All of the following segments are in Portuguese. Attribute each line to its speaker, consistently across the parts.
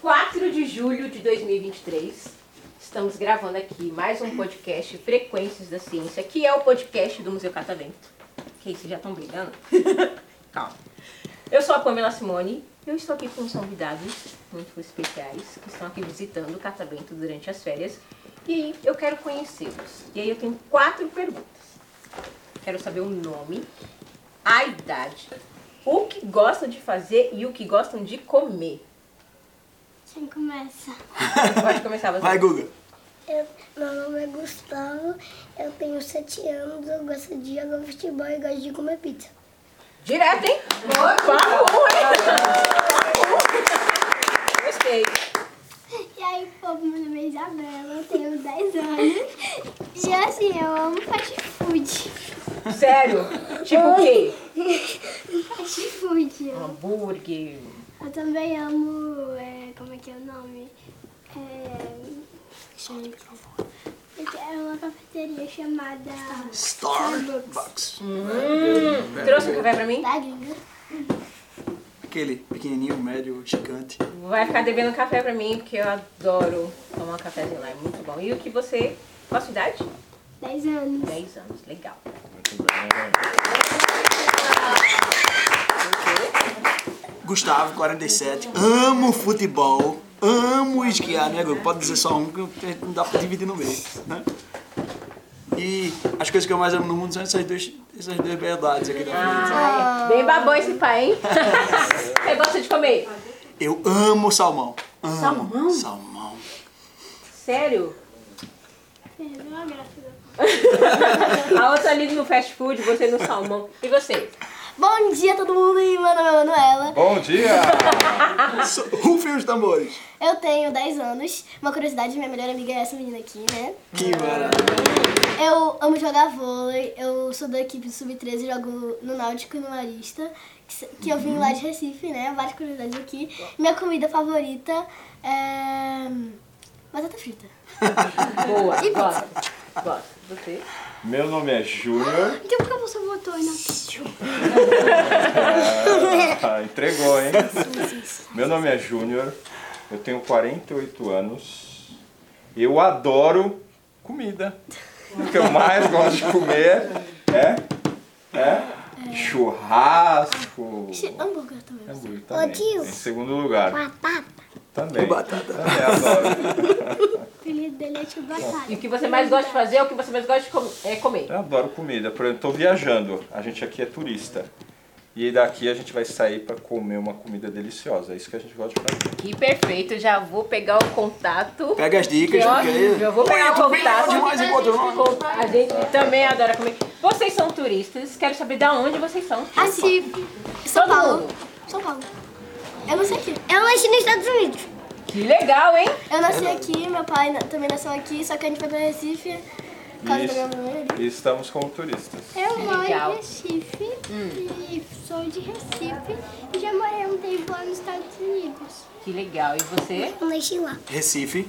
Speaker 1: 4 de julho de 2023. Estamos gravando aqui mais um podcast Frequências da Ciência, que é o podcast do Museu Catavento. Que vocês já estão brigando? Calma. Eu sou a Pamela Simone. Eu estou aqui com os convidados muito especiais que estão aqui visitando o Catavento durante as férias. E aí eu quero conhecê-los. E aí eu tenho quatro perguntas. Quero saber o nome, a idade, o que gostam de fazer e o que gostam de comer.
Speaker 2: Quem começa?
Speaker 1: Pode começar você.
Speaker 3: Vai, Guga.
Speaker 2: Eu, meu nome é Gustavo, eu tenho 7 anos, eu gosto de jogar futebol e gosto de comer pizza.
Speaker 1: Direto, hein? Papo, hein? Gostei.
Speaker 2: E aí, povo, meu nome é Isabela, eu tenho 10 anos. E assim, eu amo fast food.
Speaker 1: Sério? Tipo o quê? Um
Speaker 2: Fast food. Eu,
Speaker 1: Hambúrguer.
Speaker 2: eu também amo. é, como é que é o nome? É. Chama o microfone. É uma cafeteria chamada.
Speaker 3: Starbucks.
Speaker 1: Hum, trouxe um café pra mim?
Speaker 2: Da gringa.
Speaker 3: Aquele pequenininho, médio, gigante.
Speaker 1: Vai ficar devendo café pra mim, porque eu adoro tomar cafezinho lá. É muito bom. E o que você... Qual a sua idade?
Speaker 2: 10 anos.
Speaker 1: 10 anos. Legal.
Speaker 3: Gustavo, 47. Amo futebol. Amo esquiar, né, Guga? Pode dizer só um, que a gente não dá pra dividir no meio, né? E as coisas que eu mais amo no mundo são essas duas, essas duas verdades aqui da frente.
Speaker 1: Ai, bem babão esse pai, hein? Você gosta de comer?
Speaker 3: Eu amo salmão. Amo.
Speaker 1: Salmão?
Speaker 3: Salmão.
Speaker 1: Sério?
Speaker 2: Perdeu a É, graça né? da
Speaker 1: A outra ali no fast food, você no salmão. E você?
Speaker 2: Bom dia todo mundo, e meu nome é Manuela.
Speaker 4: Bom dia!
Speaker 3: So- Rufem os tambores.
Speaker 2: Eu tenho 10 anos. Uma curiosidade, minha melhor amiga é essa menina aqui, né?
Speaker 3: Que maravilha.
Speaker 2: Eu amo jogar vôlei. Eu sou da equipe Sub-13, jogo no Náutico e no Marista. Que, se- que eu vim lá de Recife, né? Várias curiosidades aqui. Minha comida favorita é... Batata frita.
Speaker 1: Boa. Gosto. Gosto. Você?
Speaker 4: Meu nome é Júnior.
Speaker 2: Então por que você botou aí na tissue?
Speaker 4: Ah, entregou, hein? Meu nome é Júnior. Eu tenho 48 anos. Eu adoro comida. O que eu mais gosto de comer é, é churrasco.
Speaker 2: Hambúrguer também.
Speaker 4: Hambúrguer também.
Speaker 2: tio.
Speaker 4: Em segundo lugar.
Speaker 2: Batata.
Speaker 4: Também.
Speaker 3: Batata.
Speaker 4: Também adoro.
Speaker 2: O apelido dele é tio Batata.
Speaker 1: E o que você mais gosta de fazer é o que você mais gosta de com- é comer.
Speaker 4: Eu adoro comida. Por exemplo, tô viajando. A gente aqui é turista. E daqui a gente vai sair para comer uma comida deliciosa. É isso que a gente gosta de fazer.
Speaker 1: Que perfeito, já vou pegar o contato.
Speaker 3: Pega as dicas, porque aí-
Speaker 1: Eu vou pegar o contato.
Speaker 3: demais, enquanto não-
Speaker 1: A gente também adora comer. Vocês são turistas, quero saber de onde vocês são.
Speaker 2: Assim, São
Speaker 1: Todo
Speaker 2: Paulo.
Speaker 1: mundo.
Speaker 2: São Paulo. Eu nasci aqui. Eu nasci nos Estados Unidos.
Speaker 1: Que legal, hein?
Speaker 2: Eu nasci aqui, meu pai na- também nasceu aqui, só que a gente foi pra Recife. por Causa da minha mãe.
Speaker 4: E estamos como turistas.
Speaker 5: Eu moro
Speaker 1: Legal. Hum.
Speaker 5: em Recife e sou de Recife e já morei um tempo lá nos Estados Unidos.
Speaker 1: Que legal. E você?
Speaker 2: Eu nasci lá.
Speaker 3: Recife.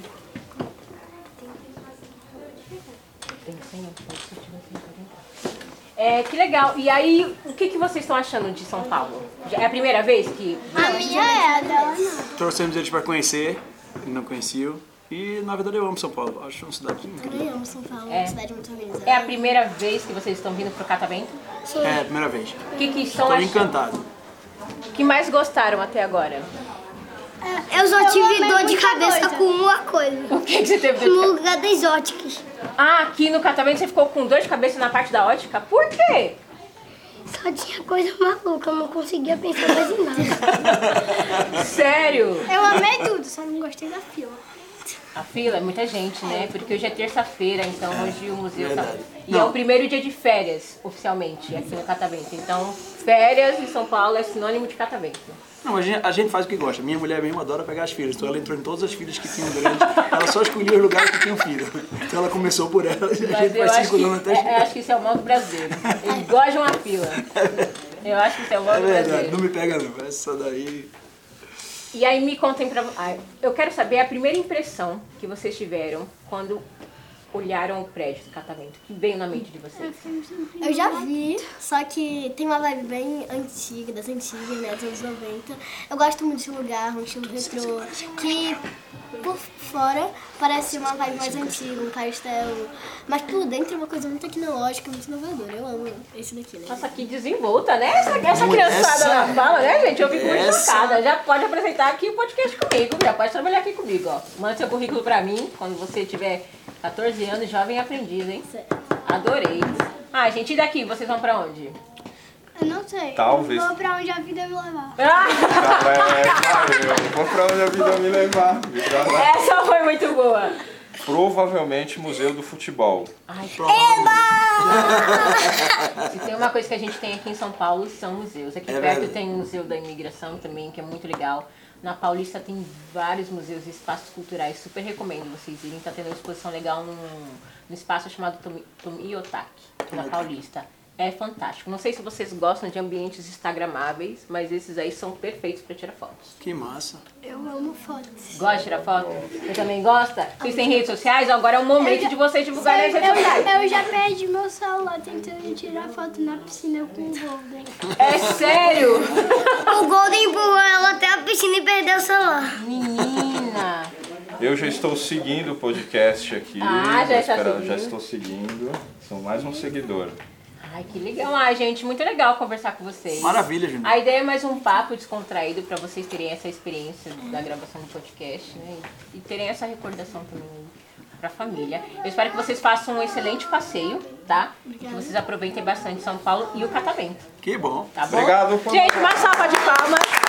Speaker 1: É, que legal. E aí, o que, que vocês estão achando de São Paulo? Já- É a primeira vez que.
Speaker 5: A minha é a dela, não.
Speaker 3: Trouxemos eles pra conhecer, ele não conheciam. E na verdade eu amo São Paulo, acho uma cidade incrível.
Speaker 2: Eu amo São Paulo, uma cidade muito organizada.
Speaker 1: É a primeira vez que vocês estão vindo pro Catavento?
Speaker 3: É, a primeira vez.
Speaker 1: O que, que estão
Speaker 3: Tô
Speaker 1: achando?
Speaker 3: encantado.
Speaker 1: que mais gostaram até agora?
Speaker 2: Eu só
Speaker 5: tive dor de cabeça
Speaker 2: com uma coisa. um
Speaker 1: O que, que você teve dor de cabeça?
Speaker 2: lugar das óticas.
Speaker 1: Ah, aqui no Catavento você ficou com dor de cabeça na parte da ótica? Por quê?
Speaker 2: Só tinha coisa maluca, eu não conseguia pensar mais em nada.
Speaker 1: Sério?
Speaker 5: Eu amei tudo, só não gostei da fila.
Speaker 1: A fila é muita gente, né? Porque hoje é terça-feira, então hoje o museu tá...
Speaker 3: verdade.
Speaker 1: E
Speaker 3: Não.
Speaker 1: é o primeiro dia de férias, oficialmente, aqui no Catavento. Então, férias em São Paulo é sinônimo de Catavento.
Speaker 3: Não, a gente, a gente faz o que gosta. Minha mulher mesmo adora pegar as filhas. Então ela entrou em todas as filhas que tinham durante. Ela só escolhia os lugares que tinham filho. Então ela começou por elas e a
Speaker 1: Mas
Speaker 3: gente
Speaker 1: eu
Speaker 3: vai
Speaker 1: acho, que,
Speaker 3: circulando até
Speaker 1: é,
Speaker 3: chegar.
Speaker 1: acho que isso é o mal do brasileiro. Eles gostam de uma fila. Eu acho que isso é o mal
Speaker 3: É
Speaker 1: do
Speaker 3: verdade,
Speaker 1: brasileiro.
Speaker 3: não me pega não. Essa daí.
Speaker 1: E aí me contem pra. Ah, eu quero saber a primeira impressão que vocês tiveram quando olharam o prédio do catamento. Que veio na mente de vocês.
Speaker 2: Eu já vi, só que tem uma vibe bem antiga, das antigas, né, dos anos 90. Eu gosto muito de lugar, um estilo retrô, que por fora parece uma vibe mais antiga, um castelo. Mas por dentro é uma coisa muito tecnológica, muito inovadora. Eu amo esse daqui, né?
Speaker 1: Nossa, que desenvolta, né? Essa, essa
Speaker 3: Muito.
Speaker 1: criançada
Speaker 3: Essa-
Speaker 1: na fala, né, gente? Eu fico muito
Speaker 3: Essa-
Speaker 1: chocada. Já pode apresentar aqui o podcast comigo, já pode trabalhar aqui comigo, ó. Manda seu currículo pra mim quando você tiver 14 anos, jovem aprendiz, hein? Adorei. Ah, gente, e daqui? Vocês vão pra onde?
Speaker 5: Eu não sei.
Speaker 4: Talvez.
Speaker 5: Eu vou pra onde a vida me levar.
Speaker 1: Ah,
Speaker 4: É, valeu. Vou pra onde a vida me levar. Me pra lá.
Speaker 1: essa foi muito boa.
Speaker 4: Provavelmente Museu do Futebol.
Speaker 1: Se tem uma coisa que a gente tem aqui em São Paulo, são museus. Aqui
Speaker 3: É
Speaker 1: perto
Speaker 3: verdade.
Speaker 1: tem o Museu da Imigração também, que é muito legal. Na Paulista tem vários museus e espaços culturais. Super recomendo vocês irem. Tá tendo uma exposição legal num, num espaço chamado Tomi- Tomiotaki, na Paulista. É fantástico. Não sei se vocês gostam de ambientes instagramáveis, mas esses aí são perfeitos para tirar fotos.
Speaker 3: Que massa.
Speaker 5: Eu amo fotos.
Speaker 1: Gosta de tirar foto? Você também gosta? Vocês têm redes sociais? Agora é o momento de vocês divulgarem
Speaker 2: É
Speaker 1: as
Speaker 5: Eu,
Speaker 1: redes sociais.
Speaker 5: eu já perdi meu celular tentando tirar foto na piscina com o Golden.
Speaker 1: É sério?
Speaker 2: O Golden empurrou ela até a piscina e perdeu o celular.
Speaker 1: Menina!
Speaker 4: Eu já estou seguindo o podcast aqui.
Speaker 1: Ah, já
Speaker 4: Vou
Speaker 1: está
Speaker 4: esperar-
Speaker 1: seguindo.
Speaker 4: Já estou seguindo. Sou mais um seguidor.
Speaker 1: Ai, que legal. Ai, gente, muito legal conversar com vocês.
Speaker 3: Maravilha, gente.
Speaker 1: A ideia é mais um papo descontraído pra vocês terem essa experiência da gravação do podcast, né? E e terem essa recordação também pra família. Eu espero que vocês façam um excelente passeio, tá? Que vocês aproveitem bastante São Paulo e o catamento,
Speaker 3: Que bom.
Speaker 1: tá bom?
Speaker 4: Obrigado.
Speaker 1: Gente, uma salva de palmas.